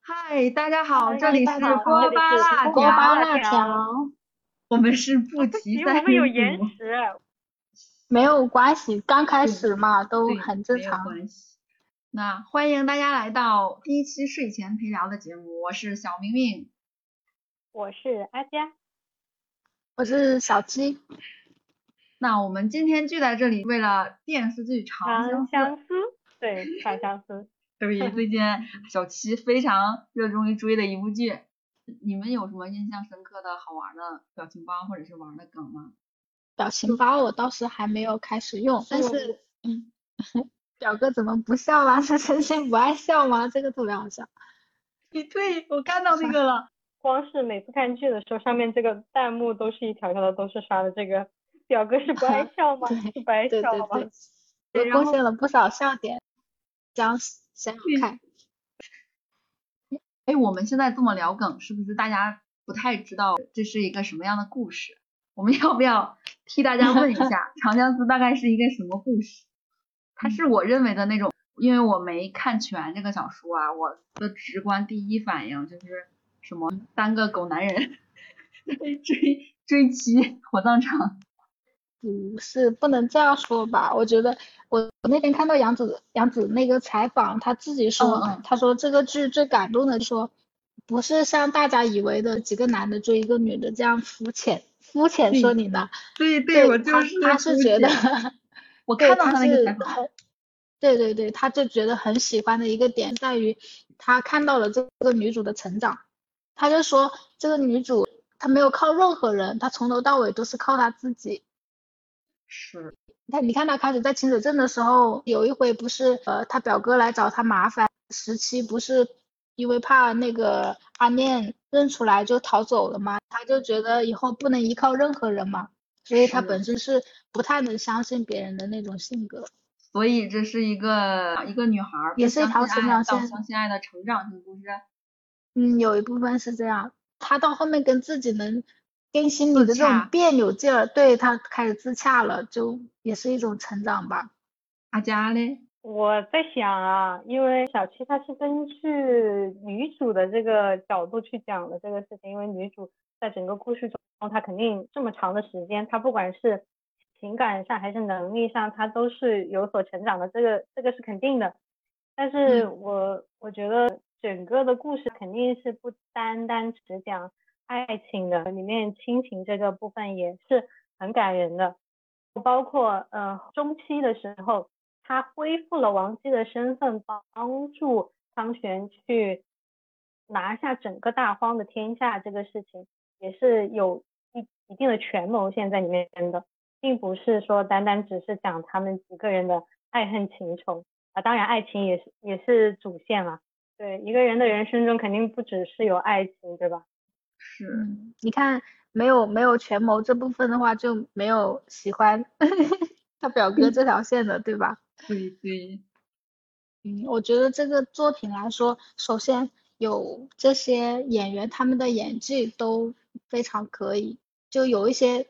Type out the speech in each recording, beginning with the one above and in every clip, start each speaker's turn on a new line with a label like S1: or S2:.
S1: 嗨，大家好，
S2: 嗨
S1: 这里
S2: 大
S1: 是
S2: 家好
S1: 锅
S2: 这里
S1: 巴
S2: 是
S1: 辣
S2: 锅巴辣
S3: 条
S2: 条，
S1: 我们是 不提
S2: 因
S1: 三
S2: 为我们有延
S1: 日补
S2: 迟，
S3: 没有关系，刚开始嘛，
S1: 嗯
S3: 都
S1: 对
S3: 很正
S1: 没有
S3: 常。
S1: 关系。那欢迎大家来到第一期睡前陪聊的节目，我是小明明。
S2: 我是阿佳，
S3: 我是小七，
S1: 那我们今天聚在这里，为了电视剧《长
S2: 长
S1: 相思》，
S2: 呃相思，对，长相思，
S1: 对 于最近小七非常热衷于追的一部剧，你们有什么印象深刻的好玩的表情包或者是玩的梗吗？
S3: 表情包我倒是还没有开始用，但是，嗯， 表哥怎么不笑 啦？是真心不爱笑吗？这个特别好笑。
S1: 你对我看到那个了。
S2: 光是每次看剧的时候，上面这个弹幕都是一条条的，都是刷的这个。表哥是不 爱笑吗？
S3: 对
S2: 是不爱
S3: 对
S2: 笑
S3: 对
S2: 吗？
S3: 对，
S1: 对
S3: 也
S1: 然
S3: 贡
S1: 后
S3: 献了不少笑点，想想
S1: 对
S3: 看，
S1: 哎，我们现在这么聊梗，是不是大家不太知道这是一个什么样的故事？我们 要不要替大家问一下 《长相思》大概是一个什么故事？它是我认为的那种，因为我没看全这个小说啊，我的直观第一反应就是什么三个狗男人在追追妻火葬场，
S3: 不是不能这样说吧？我觉得我我那天看到杨紫杨紫那个采访，她自己说，
S1: 嗯
S3: 她说这个剧最感动的是说，不是像大家以为的几个男的追一个女的这样肤浅，肤浅说你呢？
S1: 对
S3: 对，
S1: 我
S3: 她
S1: 就是
S3: 她是觉得，
S1: 我
S3: 对，
S1: 看到
S3: 她
S1: 他那个
S3: 是
S1: 采访，
S3: 她对对对，她就觉得很喜欢的一个点在于，她看到了这个女主的成长，她就说这个女主她没有靠任何人，她从头到尾都是靠她自己。
S1: 是
S3: 他你看他开始在清水镇的时候，有一回不是呃他表哥来找他麻烦，十七不是因为怕那个阿念认出来就逃走了嘛，他就觉得以后不能依靠任何人嘛，所以他
S1: 是
S3: 本身是不太能相信别人的那种性格。
S1: 所以这是一个一个女孩儿
S3: 也
S1: 不
S3: 是一
S1: 相
S3: 条
S1: 信
S3: 成
S1: 爱
S3: 长
S1: 到
S3: 线
S1: 相信爱的成长性故事。
S3: 嗯，有一部分是这样，他到后面跟自己能跟心里的这
S1: 洽
S3: 种别扭劲儿，对他开始自洽了，就也是一种成长吧。
S1: 阿佳嘞，
S2: 我在想啊，因为小七她是根据女主的这个角度去讲的这个事情，因为女主在整个故事中，她肯定这么长的时间，她不管是情感上还是能力上，她都是有所成长的，这个这个是肯定的。但是我我觉得整个的故事肯定是不单单只讲爱情的，里面亲情这个部分也是很感人的，包括呃中期的时候。他恢复了王姬的身份，帮助汤泉去拿下整个大荒的天下这个事情，也是有一一定的权谋线在里面的，并不是说单单只是讲他们几个人的爱恨情仇啊，当然爱情也是也是主线了。对，一个人的人生中肯定不只是有爱情，对吧？
S1: 是
S3: 嗯，你看，没有没有权谋这部分的话，就没有喜欢 他表哥这条线的，对吧？
S1: 对对，
S3: 嗯，我觉得这个作品来说，首先有这些演员他们的演技都非常可以，就有一些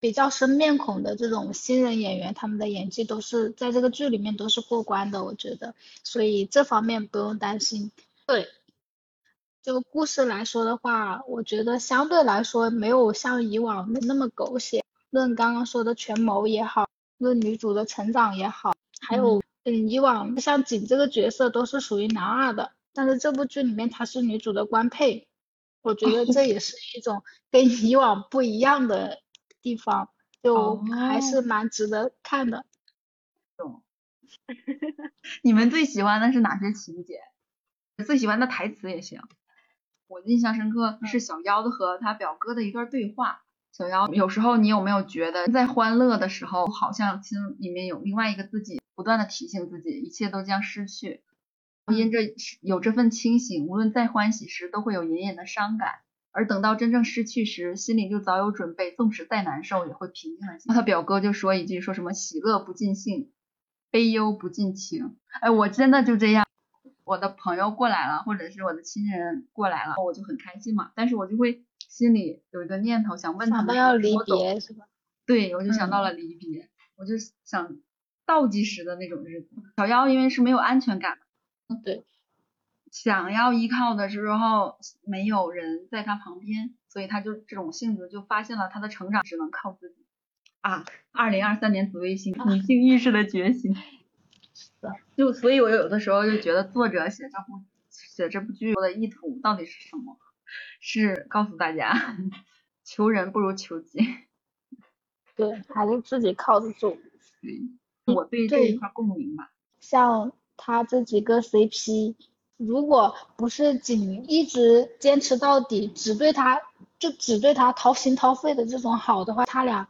S3: 比较生面孔的这种新人演员，他们的演技都是在这个剧里面都是过关的，我觉得，所以这方面不用担心。对，就故事来说的话，我觉得相对来说没有像以往那那么狗血，论刚刚说的权谋也好，论女主的成长也好。还有，嗯，以往像景这个角色都是属于男二的，但是这部剧里面她是女主的官配，我觉得这也是一种跟以往不一样的地方，就还
S1: 哦
S3: 是蛮值得看的。
S1: 懂。你们最喜欢的是哪些情节？最喜欢的台词也行。我印象深刻
S3: 嗯
S1: 是小妖子和他表哥的一段对话。小妖，有时候你有没有觉得，在欢乐的时候，好像心里面有另外一个自己，不断的提醒自己，一切都将失去。因着有这份清醒，无论再欢喜时，都会有隐隐的伤感。而等到真正失去时，心里就早有准备，纵使再难受，也会平静的。他表哥就说一句，说什么“喜乐不尽兴，悲忧不尽情”。哎，我真的就这样，我的朋友过来了，或者是我的亲人过来了，我就很开心嘛。但是我就会心里有一个念头，想问他
S3: 想
S1: 们
S3: 到
S1: 什
S3: 要
S1: 么
S3: 离
S1: 时候走
S3: 别是吧？
S1: 对，我就想到了
S3: 嗯
S1: 离别，我就想倒计时的那种日子。小妖因为是没有安全感，
S3: 对，
S1: 想要依靠的时候没有人在他旁边，所以他就这种性格就发现了他的成长只能靠自己啊。二零二三年紫微星
S3: 啊
S1: 女性意识的觉 醒，就所以我有的时候就觉得作者写这部写这部剧的意图到底是什么？是告诉大家， 求人不如求己。
S3: 对，还是自己靠得住。
S1: 我对这一
S3: 嗯对
S1: 块共鸣吧。
S3: 像他这几个 CP，如果不是仅一直坚持到底，只对他就只对他掏心掏肺的这种好的话，他俩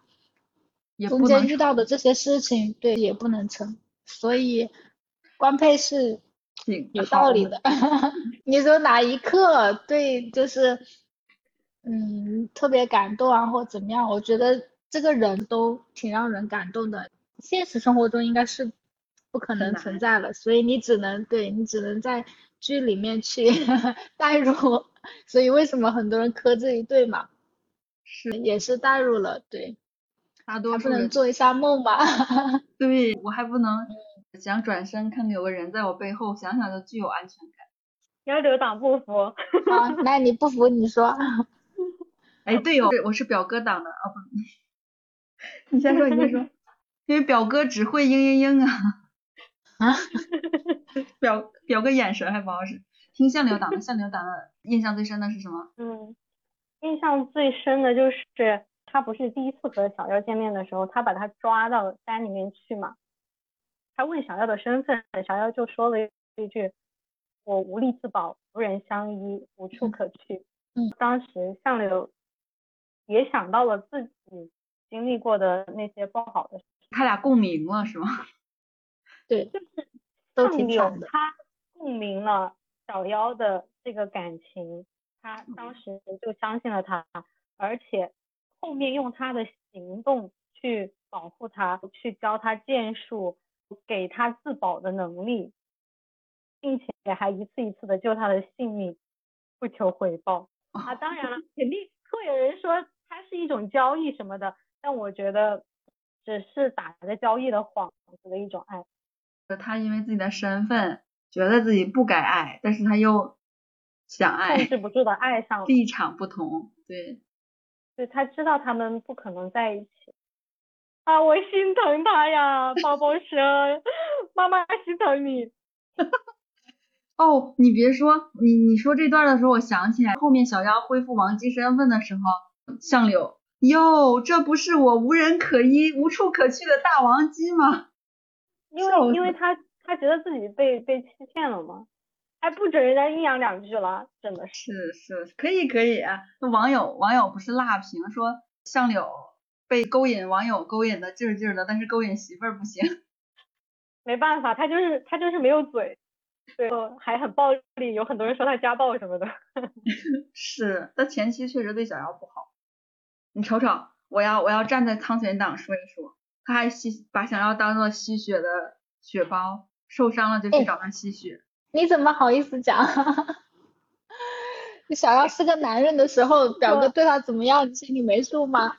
S1: 也
S3: 中
S1: 不
S3: 间
S1: 能
S3: 遇到的这些事情，对也不能成。所以官配是
S1: 挺
S3: 有道理
S1: 好
S3: 的。 你说哪一刻对，就是嗯特别感动啊，或怎么样？我觉得这个人都挺让人感动的。现实生活中应该是不可能
S1: 难
S3: 存在了，所以你只能对你只能在剧里面去 代入。所以为什么很多人磕这一对嘛，
S1: 是
S3: 也是代入了，对，
S1: 大
S3: 还
S1: 多
S3: 不
S1: 数
S3: 能
S1: 人
S3: 做一下梦嘛？
S1: 对我还不能想转身看看有个人在我背后，想想就具有安全感。
S2: 要留党不服，
S3: 好，那你不服 你说。
S1: 哎，对哦，我是表哥党的啊，不， 你先说，你先说，因为表哥只会嘤嘤嘤啊，
S3: 啊，
S1: 表表哥眼神还不好使。听相柳党的，相柳党的印象最深的是什么？
S2: 嗯，印象最深的就是他不是第一次和小耀见面的时候，他把他抓到山里面去嘛，他问小耀的身份，小耀就说了一句：“我无力自保，无人相依，无处可去。”
S3: 嗯，
S2: 当时相柳也想到了自己经历过的那些不好的事，
S1: 他俩共鸣了是吗？
S3: 对，都
S2: 相
S3: 挺
S2: 柳
S3: 惨的。
S2: 他共鸣了小妖的这个感情，他
S3: 嗯
S2: 当时就相信了他，而且后面用他的行动去保护他，去教他剑术，给他自保的能力，并且还一次一次的救他的性命，不求回报。
S3: 哦
S2: 啊，当然 了，肯定会有人说它是一种交易什么的，但我觉得只是打着交易的幌子的一种爱。
S1: 他因为自己的身份觉得自己不该爱，但是他又想
S2: 控
S3: 哎
S1: 爱，
S2: 制不住的爱上了，
S1: 立场不同，对，
S2: 对他知道他们不可能在一起。啊，我心疼他呀，宝宝生，妈妈心疼你。
S1: 哦，你别说，你你说这段的时候，我想起来后面小妖恢复王姬身份的时候，相柳，哟，这不是我无人可依、无处可去的大王姬吗？
S2: 因
S1: 笑
S2: 为因为
S1: 死
S2: 他他啊觉得自己被被欺骗了嘛，还不准人家阴阳两句了，真的是。
S1: 是是，可以可以啊。那网友网友不是辣评说相柳被勾引，网友勾引的劲儿劲儿的，但是勾引媳妇儿不行。
S2: 没办法，他就是他就是没有嘴，对，呃还很暴力，有很多人说他家暴什么的。
S1: 是，但前期确实对小妖不好。你瞅瞅，我要我要站在苍玄党说一说，他还吸把小妖当做吸血的血包，受伤了就去
S3: 哎
S1: 找他吸血。
S3: 你怎么好意思讲？ 你想要是个男人的时候，表哥对他怎么样，你心里没数吗？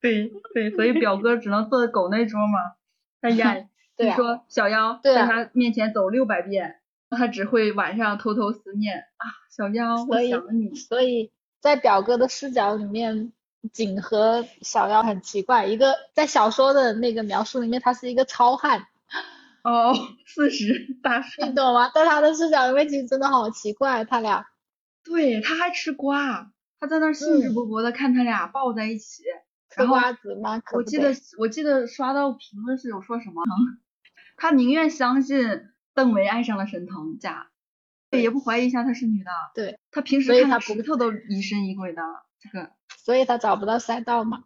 S1: 对对，所以表哥只能坐狗那桌嘛。哎呀，
S3: 对
S1: 据
S3: 啊
S1: 说小妖
S3: 对
S1: 在
S3: 啊
S1: 他面前走六百遍，他只会晚上偷偷思念啊，小妖，我
S3: 所以
S1: 想你。
S3: 所以在表哥的视角里面，景和小妖很奇怪。一个在小说的那个描述里面，他是一个糙汉，
S1: 哦， 四十大叔，
S3: 你懂吗？在他的视角里面，其实真的好奇怪，他俩。
S1: 对，他还吃瓜，他在那儿兴致
S3: 嗯
S1: 勃勃的看他俩抱在一起。
S3: 嗑
S1: 然后
S3: 瓜子嘛，可
S1: 我
S3: 不
S1: 记
S3: 得
S1: 得我记得刷到评论是有说什么， 他宁愿相信邓为爱上了沈腾家，
S3: 对
S1: 也不怀疑一下她是女的。
S3: 对，
S1: 他平时
S3: 所以
S1: 看
S3: 他
S1: 她
S3: 不
S1: 石头都疑神疑鬼的，这 个。
S3: 所以他找不到赛道嘛。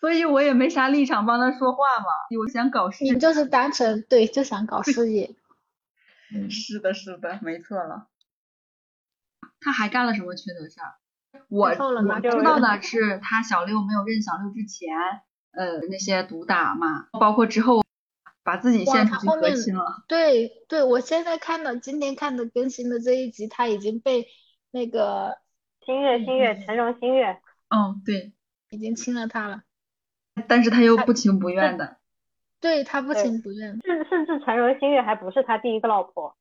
S1: 所以我也没啥立场帮他说话嘛，我想搞事
S3: 你就是单纯对，就想搞事业。嗯，
S1: 是的，是的，没错了。他还干了什么缺德事儿？我
S3: 后了
S1: 我
S3: 吗
S1: 知道的是，他小六没有认小六之前，呃，那些毒打嘛，包括之后把自己
S3: 哇
S1: 献
S3: 他
S1: 出去
S3: 后
S1: 和
S3: 面
S1: 亲了。
S3: 对对，我现在看到今天看的更新的这一集，他已经被那个
S2: 星月星月，陈荣星月，
S1: 嗯，对，
S3: 已经亲了他了。
S1: 但是他又不情不愿的，
S3: 对他不
S2: 对
S3: 情不愿，
S2: 甚甚至陈柔新月还不是他第一个老婆，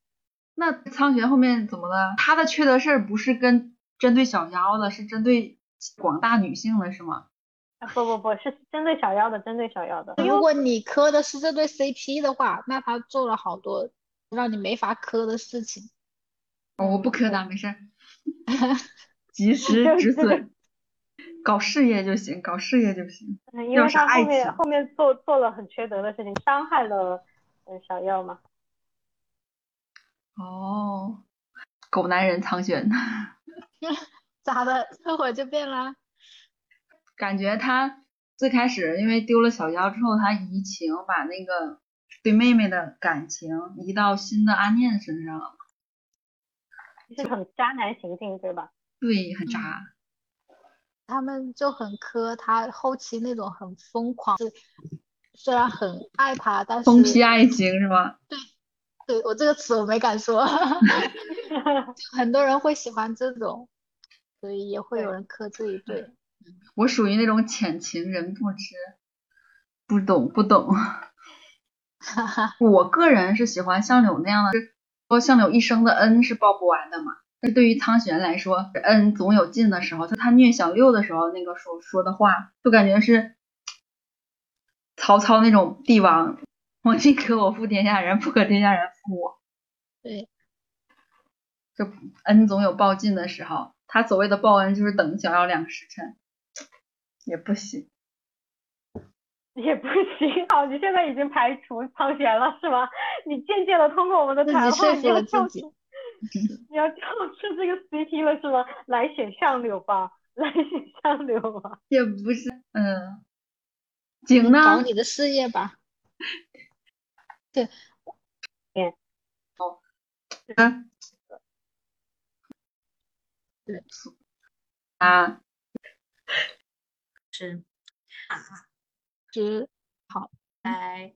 S1: 那苍玄后面怎么了？他的缺德事儿不是跟针对小妖的，是针对广大女性的，是吗？
S2: 啊不不不是针对小妖的，针对小妖的。
S3: 如果你磕的是这对 CP 的话，那他做了好多让你没法磕的事情。
S1: 哦、我不
S3: 嗯
S1: 磕他，没事 儿，及时止损，搞事业就行，搞事业就行。
S2: 嗯因
S1: 要
S2: 为
S1: 是
S2: 他
S1: 爱
S2: 后面
S1: 情
S2: 后面做做了很缺德的事情，伤害了嗯小妖嘛。
S1: 哦，狗男人苍玄，
S3: 咋的？ 这会儿就变了？
S1: 感觉他最开始因为丢了小妖之后，他移情把那个对妹妹的感情移到新的阿念身上了，
S2: 就是很渣男行径，对吧？
S1: 对，很
S3: 嗯
S1: 渣。
S3: 他们就很磕他后期那种很疯狂，是虽然很爱他，但
S1: 疯
S3: 嗯是
S1: 批爱情是吗？
S3: 对我这个词我没敢 说，就很多人会喜欢这种，所以也会有
S2: 对
S3: 人磕这一对。
S1: 我属于那种浅情人不知，不懂不懂。
S3: 哈哈，
S1: 我个人是喜欢相柳那样的，是说相柳一生的恩是报不完的嘛。但是对于苍玄来说，恩总有尽的时候。他他虐小六的时候，那个说说的话，就感觉是曹操那种帝王，我宁可我负天下人，不可天下人负我。
S3: 对，
S1: 就恩总有报尽的时候。他所谓的报恩就是等小妖两个时辰，也不行。
S2: 也不行，好，你现在已经排除苍玄了，是吧？你渐渐的通过我们的
S3: 自己
S2: 谈
S3: 说
S2: 话，
S3: 服
S2: 你要
S3: 了自
S2: 跳
S3: 己
S2: 出，你要跳出这个 CP 了，是吗？来选相柳吧，来选相柳吧。
S1: 也不是，嗯，景呢？
S3: 找你的事业吧。
S1: 嗯
S3: 对
S1: 啊，
S4: 是，
S3: 就是
S4: 拜。